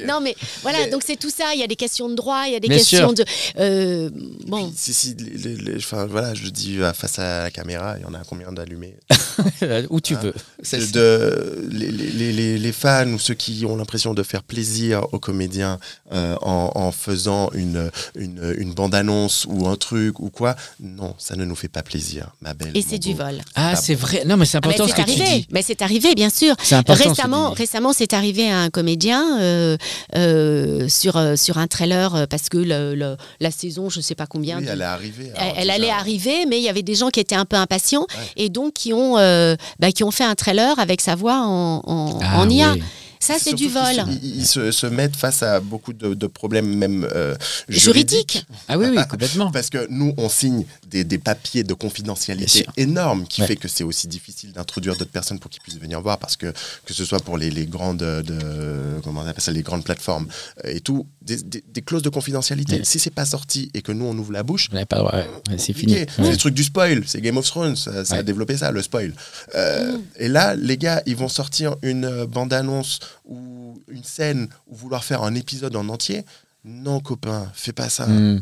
D: Non, mais voilà,
E: Mais-
D: donc c'est tout ça. Il y a des questions de droit, il y a des
C: Euh, Bien
D: questions de. euh, bon,
E: Puis, si, si, les- les- les- enfin, voilà, je dis euh, face à la caméra, il y en a combien d'allumés
C: Où tu
E: Ah.
C: veux. Ça, c'est-
E: de, les, les- les- les fans ou ceux qui ont l'impression de faire plaisir aux comédiens euh, en, en faisant une, une, une bande-annonce ou un truc ou quoi, non, ça ne nous fait pas plaisir, ma belle.
D: et
E: mon
D: c'est du
E: beau.
D: vol.
C: Ah, c'est vrai. Non, mais c'est
D: Ah, mais
C: important ce
D: c'est
C: que tu
D: arrivé,
C: dis.
D: mais c'est arrivé, bien sûr.
C: C'est important. ce que tu
D: Récemment,
C: dis.
D: récemment, c'est arrivé à un comédien euh, euh, sur, euh, sur un trailer euh, parce que le- le- la saison, je sais pas combien,
E: Oui,
D: de-
E: elle est arrivée.
D: elle,
E: alors,
D: elle
E: déjà.
D: allait arriver, mais il y avait des gens qui étaient un peu impatients
E: Ouais.
D: et donc qui ont, euh, bah, qui ont fait un trailer avec sa voix en, en,
C: Ah,
D: en IA.
C: oui.
D: Ça, c'est
E: Surtout
D: du vol.
E: qu'ils se- Ils, ils se, se mettent face à beaucoup de, de problèmes, même euh, juridiques.
D: Juridique.
C: Ah oui, oui, complètement.
E: Parce que nous, on signe des, des papiers de
C: Bien
E: confidentialité
C: sûr.
E: énormes qui
C: Ouais.
E: fait que c'est aussi difficile d'introduire d'autres personnes pour qu'ils puissent venir voir parce que, que ce soit pour les, les grandes, euh, de, comment on appelle ça, les grandes plateformes euh, et tout, des, des- des clauses de confidentialité.
C: Ouais.
E: Si c'est pas sorti et que nous, on ouvre la bouche,
C: On n'avait pas le droit. ouais. Ouais, c'est fini.
E: compliqué. C'est
C: Ouais.
E: le truc du spoil. C'est Game of Thrones. Ça, ça
C: Ouais.
E: a développé ça, le spoil. Euh, Et là, les gars, ils vont sortir une euh, bande-annonce ou une scène ou vouloir faire un épisode en entier. Non, copain, fais pas ça.
C: Hmm.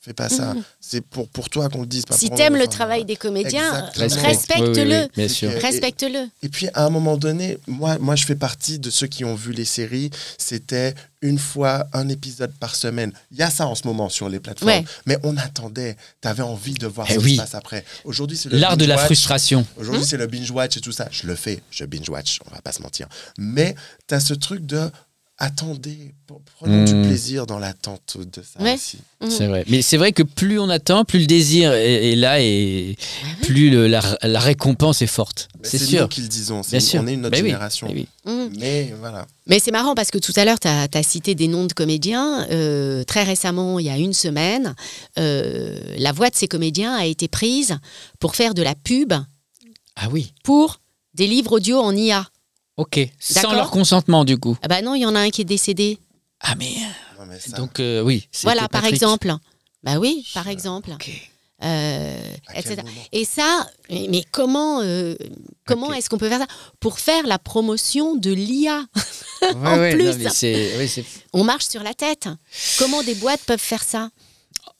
E: Fais pas ça. C'est pour, pour toi qu'on le dise. pas
D: Mhm. Si
E: pour- hein.
D: t'aimes le
E: enfin,
D: travail des comédiens,
E: Exactement.
D: respecte-le.
C: Oui, oui, oui, bien sûr.
E: Et-
D: Respecte-le.
E: Et puis, à un moment donné, moi, moi, je fais partie de ceux qui ont vu les séries. C'était une fois un épisode par semaine. Il y a ça en ce moment sur les plateformes.
D: Ouais.
E: Mais on attendait. T'avais envie de voir
C: Eh
E: ce
C: oui.
E: qui se passe après. Aujourd'hui, c'est le
C: L'art de la
E: binge-watch.
C: frustration.
E: Aujourd'hui,
D: Hmm?
E: c'est le binge-watch et tout ça. Je le fais, je binge-watch, on va pas se mentir. Mais tu as ce truc de attendez, pr- prenons
C: Mm.
E: du plaisir dans l'attente de ça
D: Ouais.
E: aussi.
C: C'est vrai. Mais c'est vrai que plus on attend, plus le désir est, est là et plus le- la, la récompense est forte.
E: Mais
C: C'est
E: nous
C: sûr.
E: qui le disons, c'est-
C: Bien sûr.
E: on est une autre
C: Ben oui.
E: génération.
C: Eh oui.
D: Mm.
E: Mais voilà.
D: Mais c'est marrant parce que tout à l'heure, tu as, cité des noms de comédiens. Euh, très récemment, il y a une semaine, euh, la voix de ces comédiens a été prise pour faire de la pub
C: Ah oui.
D: pour des livres audio en IA.
C: Ok. Sans
D: D'accord.
C: leur consentement, du coup.
D: Ah bah non, il y en a un qui est décédé.
C: Ah mais.
E: Non, mais ça,
C: Donc, euh, oui. c'était
D: Voilà, par
C: Patrick.
D: exemple. Bah oui, par
E: Je-
D: exemple.
C: Ok.
D: Euh,
E: à quel
D: etc.
E: moment
D: Et ça, mais mais comment, euh, comment
C: Ok.
D: est-ce qu'on peut faire ça Pour faire la promotion de l'IA.
C: Ouais,
D: En
C: ouais,
D: plus.
C: non, mais c'est- oui, c'est-
D: On marche sur la tête. Comment des boîtes peuvent faire ça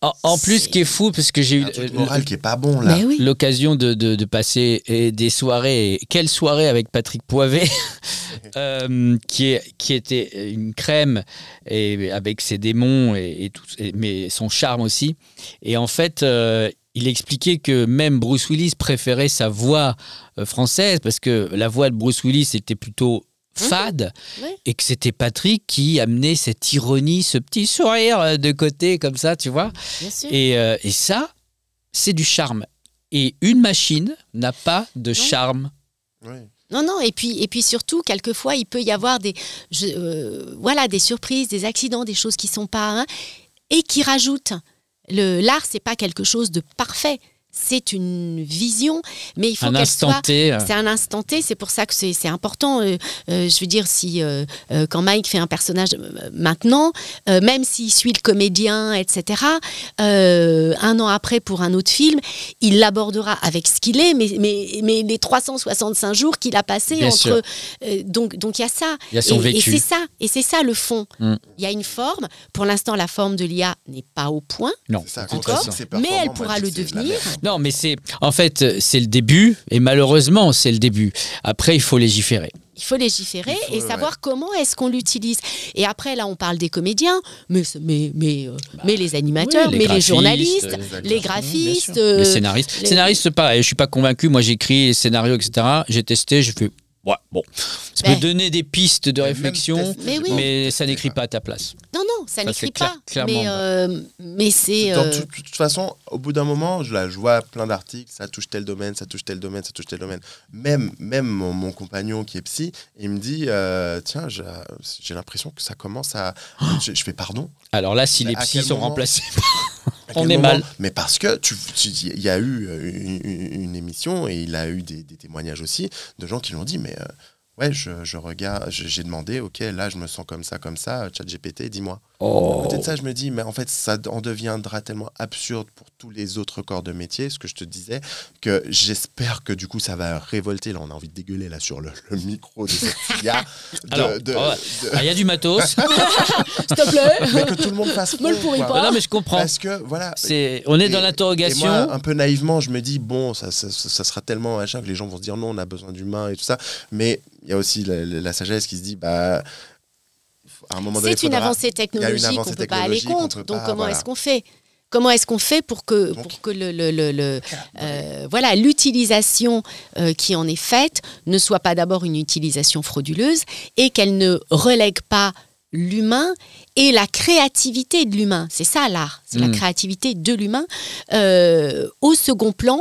C: en, en plus, ce
D: C'est-
C: qui est fou, parce que j'ai eu
E: Un truc
C: euh,
E: moral qui est pas bon là.
D: Mais oui.
C: l'occasion de, de- de passer et des soirées. et Quelle soirée avec Patrick Poivet, euh, qui, est, qui était une crème et avec ses démons et, et tout, et- mais son charme aussi. Et en fait. euh, il expliquait que même Bruce Willis préférait sa voix euh, française parce que la voix de Bruce Willis était plutôt fade
D: Ouais.
C: et que c'était Patrick qui amenait cette ironie, ce petit sourire euh, de côté comme ça, tu vois.
D: Bien sûr.
C: Et, euh, et ça, c'est du charme. Et une machine n'a pas de charme.
E: Oui.
D: Non, non, et puis, et puis surtout, quelquefois, il peut y avoir des, je- euh, voilà, des surprises, des accidents, des choses qui sont pas, hein, et qui rajoutent. Le- L'art, c'est pas quelque chose de parfait. c'est une vision, mais il faut
C: un
D: qu'elle
C: instant
D: soit.
C: T. euh,
D: C'est un instant T, c'est pour ça que c'est c'est important. Euh, euh, je veux dire, si euh, euh, quand Mike fait un personnage euh, maintenant, euh, même s'il suit le comédien, etc., euh, un an après pour un autre film, il l'abordera avec ce qu'il est, mais, mais, mais les 365 jours qu'il a passé
C: Bien
D: entre.
C: sûr.
D: euh, donc donc il y a ça.
C: Il y a son
D: et, et
C: vécu.
D: c'est ça, et c'est ça le fond. Il
C: Mm.
D: y a une forme. Pour l'instant, la forme de l'IA n'est pas au point.
C: Non,
E: C'est ça,
C: de toute
E: contrairement
C: façon.
E: à ses
D: mais elle
E: performances,
D: pourra
E: moi, je
D: le
E: dis que c'est de la
D: devenir.
E: merde.
C: Non, mais c'est en fait euh, c'est le début et malheureusement c'est le début. Après il faut légiférer.
D: Il faut légiférer
E: Il faut,
D: et
E: ouais.
D: savoir comment est-ce qu'on l'utilise. Et après, là, on parle des comédiens, mais, mais, mais, euh, mais les animateurs,
C: Bah, Oui, les
D: mais les
C: graphistes,
D: journalistes,
C: euh,
D: les
C: Bien
D: graphistes.
C: sûr.
D: euh,
C: les scénaristes.
D: les-
C: Scénaristes, pareil. Je suis pas convaincu. Moi, j'écris les scénarios, etc. J'ai testé. Je fais. Ouais, bon. Ça peut
D: Ouais.
C: donner des pistes de
E: Même
C: réflexion,
E: test,
D: Mais
E: je
D: Ben. oui.
E: pense.
C: mais ça n'écrit pas à ta place.
D: euh, Non, non, ça,
C: Ça,
D: n'écrit
C: c'est clair-
D: pas.
C: clairement, bah.
D: mais euh, mais c'est.
E: Dans
D: euh,
E: tout- De toute façon, au bout d'un moment, je, la- je vois plein d'articles, ça touche tel domaine, ça touche tel domaine, ça touche tel domaine. Même, même mon, mon compagnon qui est psy, il me dit euh, Tiens, j'ai j'ai l'impression que ça commence à.
D: Oh
E: Je, je fais pardon.
C: Alors là, si
E: Mais
C: les
E: à
C: psys
E: quel
C: sont
E: moment
C: remplacés,
E: À
C: On
E: quel
C: est
E: moment
C: mal.
E: Mais parce que tu, tu dis- il y a eu euh, une, une- une émission et il a eu des, des témoignages aussi de gens qui l'ont dit, mais euh, ouais, je, je regarde, je- j'ai demandé, ok, là je me sens comme ça, comme ça, chat GPT, dis-moi.
C: oh,
E: Peut-être ça, je me dis, mais en fait, ça en deviendra tellement absurde pour tous les autres corps de métier, ce que je te disais, que j'espère que du coup, ça va révolter. Là, on a envie de dégueuler là sur le, le micro de cette IA. de-
C: Alors,
E: de-
C: ah ouais. ah, il y a du matos. non,
D: S'il te plaît.
E: Mais que tout le monde fasse.
D: Me le
E: fond,
D: pourris
E: quoi.
D: pas.
C: Bah non, mais je comprends.
E: Parce que, voilà.
C: C'est, on est
E: Et-
C: dans
E: Bah, et
C: l'interrogation.
E: Et moi, un peu naïvement, je me dis, bon, ça, ça, ça- ça sera tellement machin que les gens vont se dire non, on a besoin d'humains et tout ça. Mais il y a aussi la, la- la sagesse qui se dit, bah, à un moment donné,
D: C'est une
E: faudra-
D: avancée technologique qu'on
E: avancée
D: ne peut pas aller
E: technologique qu'on
D: contre.
E: peut
D: Donc
E: pas,
D: comment
E: voilà.
D: est-ce qu'on fait Comment est-ce qu'on fait pour que,
E: Donc-
D: pour que le, le- le- le- euh, voilà l'utilisation euh, qui en est faite ne soit pas d'abord une utilisation frauduleuse et qu'elle ne relègue pas l'humain et la créativité de l'humain. C'est ça l'art, c'est la
C: Mm.
D: créativité de l'humain euh, au second plan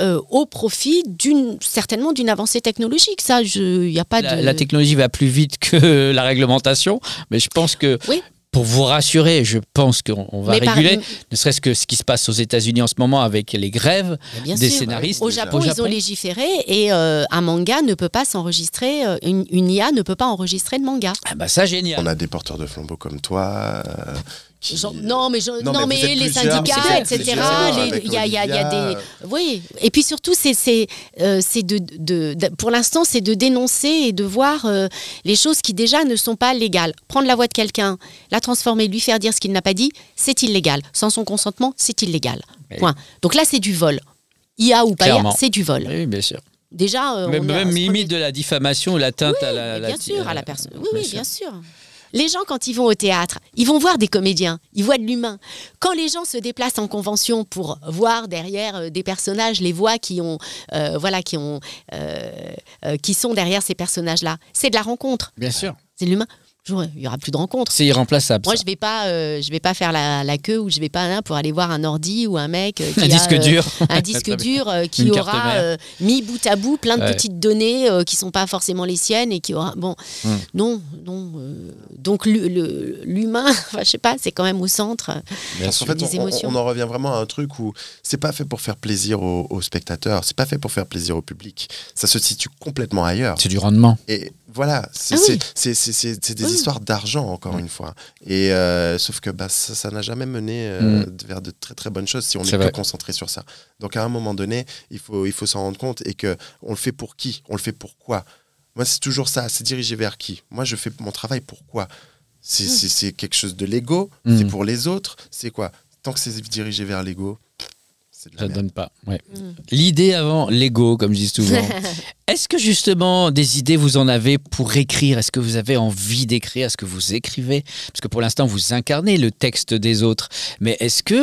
D: euh, au profit d'une certainement d'une avancée technologique. Ça, il n'y a pas
C: la,
D: de
C: la technologie va plus vite que la réglementation, mais je pense que
D: Oui.
C: pour vous rassurer, je pense qu'on on va
D: Mais par-
C: réguler, ne serait-ce que ce qui se passe aux États-Unis en ce moment avec les grèves
D: Bien
C: des
D: sûr.
C: scénaristes.
D: Au
E: déjà.
D: Japon,
C: Au
D: ils
C: Japon.
D: ont légiféré et euh, un manga ne peut pas s'enregistrer, euh, une, une IA ne peut pas enregistrer de manga.
C: Ah bah ça génial.
E: On a des porteurs de flambeaux comme toi. euh, qui-
D: Genre- non, mais, je-
E: Non,
D: non,
E: mais vous
D: mais
E: êtes
D: les
E: plusieurs, vous
D: syndicats,
E: êtes
D: etc.
E: plusieurs,
D: les-
E: avec
D: Il y, a- il y a- il y a
E: Olivia,
D: des. Oui. Et puis surtout, c'est c'est, euh, c'est de, de- de- pour l'instant, c'est de dénoncer et de voir euh, les choses qui déjà ne sont pas légales. Prendre la voix de quelqu'un, la transformer, lui faire dire ce qu'il n'a pas dit, c'est illégal. Sans son consentement, c'est illégal.
C: Oui.
D: Point. Donc là, c'est du vol. IA ou pas IA,
C: Clairement.
D: c'est du vol.
C: Oui, bien sûr.
D: Déjà, euh,
C: Même,
D: on est à
C: même
D: ce premier-
C: limite de la diffamation, ou l'atteinte
D: Oui,
C: à la,
D: mais
C: la- euh,
D: bien sûr, à la personne. Oui, oui, bien
C: sûr.
D: sûr. Les gens, quand ils vont au théâtre, ils vont voir des comédiens, ils voient de l'humain. Quand les gens se déplacent en convention pour voir derrière euh, des personnages les voix qui ont, euh, voilà, qui ont, euh, euh, qui sont derrière ces personnages-là, c'est de la rencontre,
C: Bien sûr.
D: c'est de l'humain. Un jour, Il y aura plus de rencontre.
C: C'est irremplaçable.
D: Moi,
C: ça.
D: je vais pas, euh, je vais pas faire la, la queue ou je vais pas hein, pour aller voir un ordi ou un mec euh, qui
C: Un
D: a,
C: disque
D: euh,
C: dur.
D: un disque
C: Très bien.
D: dur euh, qui
C: Une carte
D: aura
C: mère.
D: euh, mis bout à bout plein de
C: Ouais.
D: petites données euh, qui sont pas forcément les siennes et qui aura bon
C: Hmm.
D: non non euh, donc l'hu- le- l'humain enfin, je sais pas c'est quand même au centre
C: Bien
E: Parce qu'en
C: sûr.
E: fait,
D: Des
E: on- on,
D: émotions.
E: on en revient vraiment à un truc où c'est pas fait pour faire plaisir aux, aux spectateurs, c'est pas fait pour faire plaisir au public. Ça se situe complètement ailleurs.
C: C'est du rendement.
E: Et voilà, c'est
D: Ah oui.
E: c'est- c'est- c'est- c'est- c'est des
C: Ah
D: Oui.
E: histoires d'argent, encore une fois. Et euh, sauf que bah, ça ça n'a jamais mené euh, vers de très très bonnes choses si on
C: Mm. C'est
E: est,
C: vrai.
E: que concentré sur ça. Donc à un moment donné, il faut, il faut s'en rendre compte et que on le fait pour qui On le fait pourquoi Moi, c'est toujours ça, c'est dirigé vers qui Moi, je fais mon travail pourquoi C'est
C: Ah.
D: Mm.
E: c'est- c'est quelque chose de l'ego
C: Mm.
E: C'est pour les autres C'est quoi Tant que c'est dirigé vers l'ego, c'est de la
C: Ça
E: merde.
C: donne pas. Ouais.
D: Mm.
C: L'idée avant l'ego, comme je dis souvent. Est-ce que justement des idées vous en avez pour écrire Est-ce que vous avez envie d'écrire Est-ce que vous écrivez Parce que pour l'instant vous incarnez le texte des autres, mais est-ce que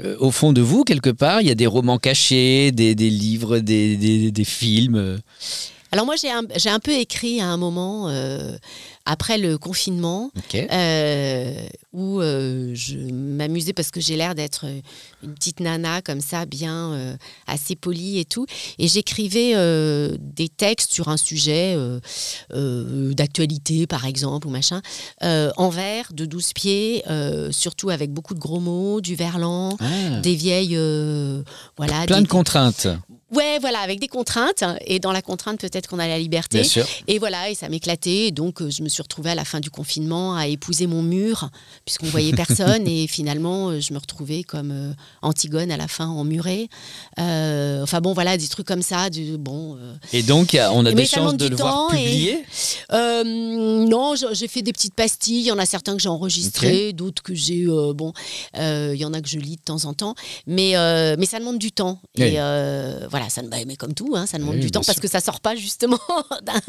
C: euh, au fond de vous quelque part il y a des romans cachés, des, des livres, des, des- des films euh,
D: Alors moi, j'ai un, j'ai un peu écrit à un moment, euh, après le confinement,
C: Ok.
D: euh, où euh, je m'amusais parce que j'ai l'air d'être euh, une petite nana comme ça, bien euh, assez polie et tout. Et j'écrivais euh, des textes sur un sujet euh, euh, d'actualité, par exemple, ou machin, euh, en vers, de 12 pieds, euh, surtout avec beaucoup de gros mots, du verlan,
C: Ah,
D: des vieilles... euh, voilà,
C: plein
D: des-
C: de contraintes,
D: Ouais, voilà, avec des contraintes. hein, Et dans la contrainte, peut-être qu'on a la liberté.
C: bien sûr.
D: Et voilà, et ça m'éclatait. Et donc, euh, je me suis retrouvée à la fin du confinement à épouser mon mur, puisqu'on voyait personne. et finalement, euh, je me retrouvais comme euh, Antigone à la fin, emmurée. Euh, enfin bon, voilà, des trucs comme ça. Du, bon, euh,
C: Et donc, on a
D: Mais
C: des
D: ça demande
C: chances de
D: du
C: le voir
D: temps et-
C: publié.
D: euh, non, je- j'ai fait des petites pastilles. Il y en a certains que j'ai enregistrés, d'autres que j'ai. euh, bon, euh, il y en a que je lis de temps en temps. Mais, euh, mais ça demande du temps.
C: Oui.
D: Et euh, voilà, ça, bah, mais comme tout, hein, ça demande
C: Oui,
D: du temps
C: bien
D: parce
C: sûr.
D: que ça sort pas justement. d'un-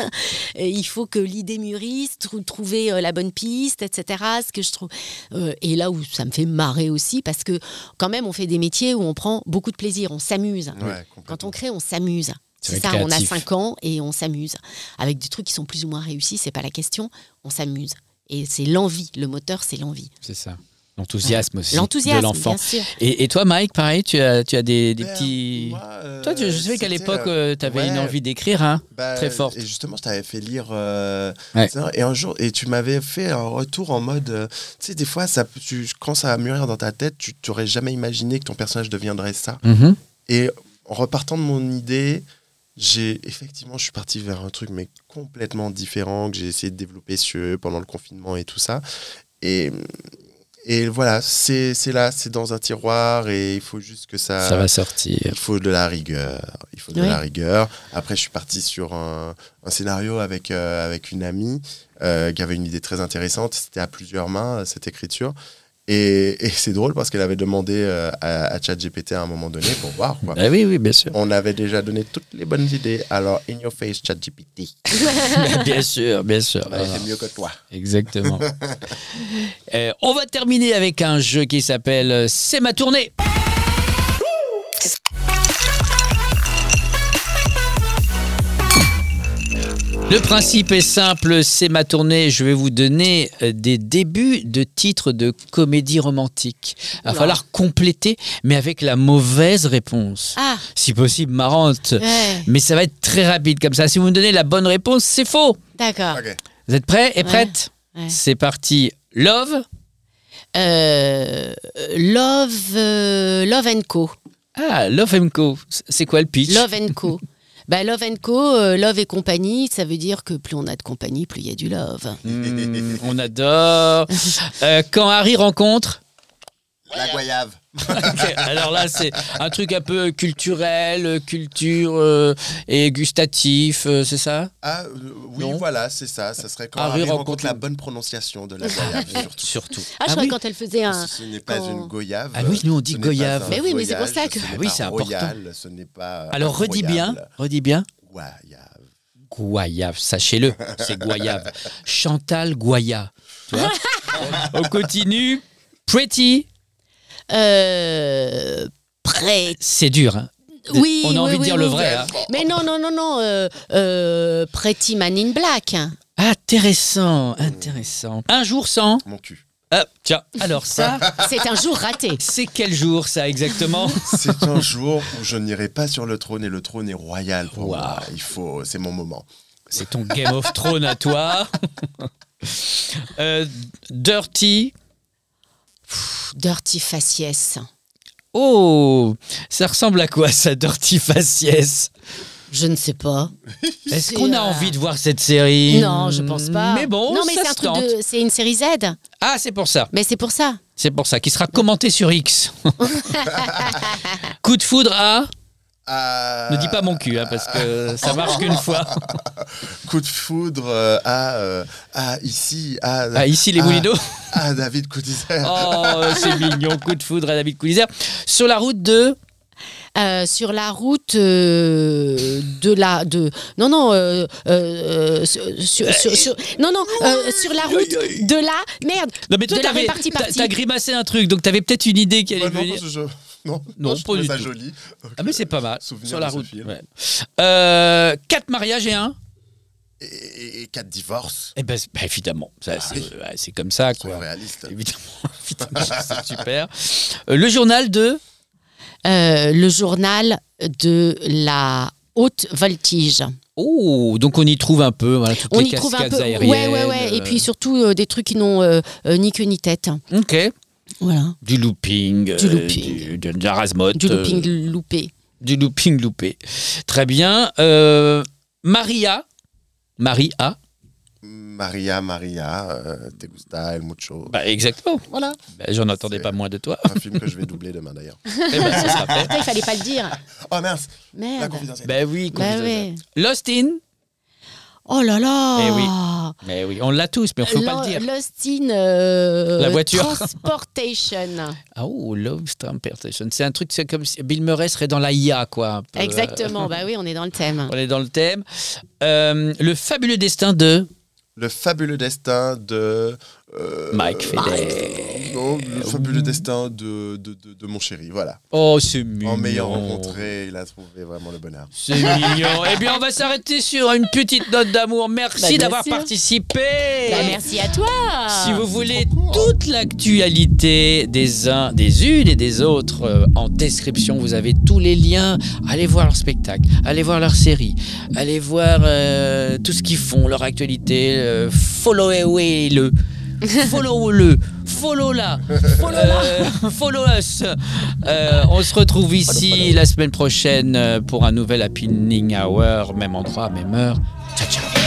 D: et il faut que l'idée mûrisse, trou- trouver euh, la bonne piste, etc. Ce que je trouve. Euh, et là où ça me fait marrer aussi, parce que quand même, on fait des métiers où on prend beaucoup de plaisir, on s'amuse.
E: Ouais,
D: Quand
E: complètement.
D: on crée, on s'amuse.
C: C'est
D: C'est ça,
C: vrai,
D: on a
C: créatif.
D: 5 ans et on s'amuse. Avec des trucs qui sont plus ou moins réussis, c'est pas la question, on s'amuse. Et c'est l'envie, le moteur, c'est l'envie.
C: C'est ça. L'enthousiasme aussi de
D: L'enthousiasme,
C: l'enfant.
D: bien sûr.
C: Et, et toi, Mike, pareil, tu as, tu as des, des
E: Ben,
C: petits.
E: moi, euh,
C: toi, je, je sais
E: c'était,
C: qu'à l'époque,
E: euh,
C: tu avais
E: ouais,
C: une envie d'écrire, hein
E: bah,
C: très forte.
E: Et justement, je t'avais fait lire. euh,
C: Ouais.
E: ça, Et un jour, et tu m'avais fait un retour en mode. euh, tu sais, des fois, ça, tu, quand ça va mûrir dans ta tête, tu n'aurais jamais imaginé que ton personnage deviendrait ça.
C: Mhm.
E: Et en repartant de mon idée, j'ai effectivement, je suis parti vers un truc mais complètement différent que j'ai essayé de développer sur pendant le confinement et tout ça. Et et voilà, c'est c'est là, c'est dans un tiroir et il faut juste que ça.
C: Ça va sortir.
E: il faut de la rigueur. Il faut de
D: Ouais.
E: la rigueur. Après, je suis parti sur un, un scénario avec, euh, avec une amie euh, qui avait une idée très intéressante. C'était à plusieurs mains, euh, cette écriture. Et, et c'est drôle parce qu'elle avait demandé euh, à, à ChatGPT à un moment donné pour voir. quoi.
C: Ah oui, oui, bien sûr.
E: On avait déjà donné toutes les bonnes idées. Alors, in your face, ChatGPT.
C: bien sûr, bien sûr. Ah,
E: Elle fait mieux que toi.
C: Exactement. Euh, on va terminer avec un jeu qui s'appelle euh, C'est ma tournée. Le principe est simple, c'est ma tournée. Je vais vous donner euh, des débuts de titres de comédie romantique. Il va
D: Oula.
C: falloir compléter, mais avec la mauvaise réponse.
D: Ah,
C: Si possible, marrante.
D: ouais,
C: Mais ça va être très rapide comme ça. Si vous me donnez la bonne réponse, c'est faux.
D: d'accord.
C: Vous êtes prêts et
D: Ouais.
C: prêtes
D: Ouais.
C: C'est parti. Love.
D: Euh, love, euh, love and Co.
C: Ah, Love and Co. C'est quoi le pitch
D: Love and Co. Bah, love and Co, euh, love et compagnie, ça veut dire que plus on a de compagnie, plus il y a du love.
C: Hmm, On adore. Euh, quand Harry rencontre.
E: La goyave.
C: Ok, Alors là, c'est un truc un peu culturel, euh, culture euh, et gustatif, euh, c'est ça
E: Ah, euh, oui,
C: Non.
E: voilà, c'est ça. Ça serait quand
C: Harry
E: Harry
C: rencontre
E: rencontre la
C: le-
E: bonne prononciation de la goyave, surtout.
C: Surtout.
D: Ah, je crois
C: oui.
D: quand elle faisait un.
E: Ce n'est pas
D: quand-
E: une goyave.
C: Ah oui, nous, on dit
E: ce n'est pas
C: goyave.
E: un
D: Mais oui, mais c'est pour
E: voyage,
D: ça que-
E: ce n'est
C: Ah oui,
E: pas
C: c'est
E: royal, ce n'est pas. euh,
C: Alors redis bien,
E: royal.
C: redis bien.
E: Goyave.
C: Goyave, sachez-le, c'est Goyave. Chantal Goya. Tu vois On continue. Pretty,
D: Euh, prêt.
C: c'est dur. hein.
D: Oui,
C: On a
D: oui,
C: envie de
D: oui,
C: dire le
D: oui.
C: vrai. hein.
D: Mais non, non, non, non. euh, euh, Pretty Man in Black.
C: Intéressant, intéressant. Un jour sans.
E: Mon cul.
C: Ah, tiens, alors ça,
D: C'est un jour raté.
C: c'est quel jour ça exactement
E: C'est un jour où je n'irai pas sur le trône et le trône est royal pour
C: Waouh.
E: moi. Il faut, c'est mon moment.
C: C'est ton Game of Thrones à toi. Euh, dirty.
D: Dirty Faciès.
C: Oh, ça ressemble à quoi ça, Dirty Faciès
D: Je ne sais pas.
C: Est-ce
D: C'est,
C: qu'on a
D: euh,
C: envie de voir cette série
D: Non, je pense pas.
C: Mais bon,
D: non, mais
C: ça
D: c'est un
C: se
D: truc
C: tente.
D: de, c'est une série Z.
C: Ah, c'est pour ça.
D: Mais c'est pour ça.
C: C'est pour ça, qui sera commenté sur X. Coup de foudre à.
E: Ah,
C: Ne dis pas mon cul, hein, parce que ça marche qu'une fois.
E: Coup de foudre euh, à, euh, à ici, à,
C: Ah, ici, les
E: à-
C: Moulineaux.
E: à David Coutizer.
C: Oh, c'est mignon. Coup de foudre à David Coulizère. Sur la route de.
D: Euh, sur la route euh, de la de non non euh, euh, euh, sur, sur- sur- sur- non non euh, sur la route de la merde
C: Non, mais toi,
D: de la
C: t'avais-
D: répartie
C: t'as
D: partie
C: t'as grimacé un truc, donc t'avais peut-être une idée qui allait
E: Ouais, non,
C: venir.
E: parce que je- Non,
C: Non,
E: je
C: pas
E: trouvais
C: du
E: ça
C: tout.
E: joli. Donc,
C: Ah mais c'est pas mal.
E: Souvenir
C: Sur la
E: de ce
C: route.
E: film.
C: ouais. Euh, quatre mariages et un
E: Et, et- et quatre divorces.
C: Eh ben, c'est- bah, évidemment, ça, c'est,
E: oui.
C: ouais, c'est comme ça
E: Soyons
C: quoi.
E: réalistes.
C: Évidemment, évidemment, c'est super. Euh, le journal de
D: Euh, le journal de la haute voltige.
C: Oh, donc on y trouve un peu. Voilà, toutes
D: On
C: les
D: y trouve un
C: cascades
D: peu.
C: aériennes,
D: ouais, ouais, ouais. Et
C: euh,
D: puis surtout euh, des trucs qui n'ont euh, euh, ni queue ni tête.
C: ok,
D: Voilà.
C: du looping,
D: Du
C: euh,
D: looping.
C: du- de, de la rasmote,
D: Du looping
C: euh,
D: loupé.
C: du looping loupé. Très bien. Euh, Maria, Maria,
E: Maria, Maria, euh, Te gusta, El Mucho.
C: bah exactement.
E: voilà.
C: Bah, J'en attendais
E: C'est-
C: pas moins de toi.
E: Un film que je vais doubler demain d'ailleurs.
C: Eh ben, ça sera fait.
D: Putain, il fallait pas le dire.
E: Oh mince, la
D: Merde.
E: confidentialité.
C: Ben oui,
D: Bah
C: confidentiel.
D: ouais.
C: Lost in.
D: Oh là là.
C: Eh oui. Mais oui, on l'a tous, mais on faut pas le dire.
D: Lost in euh,
C: La voiture.
D: Transportation.
C: Ah, Oh, Love Transportation. C'est un truc, c'est comme si Bill Murray serait dans la IA, quoi. un peu. euh,
D: Exactement. Bah oui, on est dans le thème.
C: On est dans le thème. Euh, le fabuleux destin de
E: Le fabuleux destin de. euh,
C: Mike Feder.
E: Non, le fabuleux destin de, de, de, de mon chéri, voilà.
C: Oh, c'est mignon.
E: En m'ayant rencontré, il a trouvé vraiment le bonheur.
C: C'est mignon. Eh bien, on va s'arrêter sur une petite note d'amour.
D: Bah,
C: Merci
D: bien
C: d'avoir
D: sûr.
C: participé.
D: Bah, merci à toi.
C: Si vous voulez
D: hein.
C: toute l'actualité des uns, des unes et des autres, euh, en description, vous avez tous les liens. Allez voir leur spectacle, allez voir leur série, allez voir euh, tout ce qu'ils font, leur actualité. euh, Followez-le. Follow-le, follow-la, Euh, follow us. Euh, on se retrouve ici la semaine prochaine euh, pour un nouvel Happening Hour, même endroit, même heure. Ciao, ciao.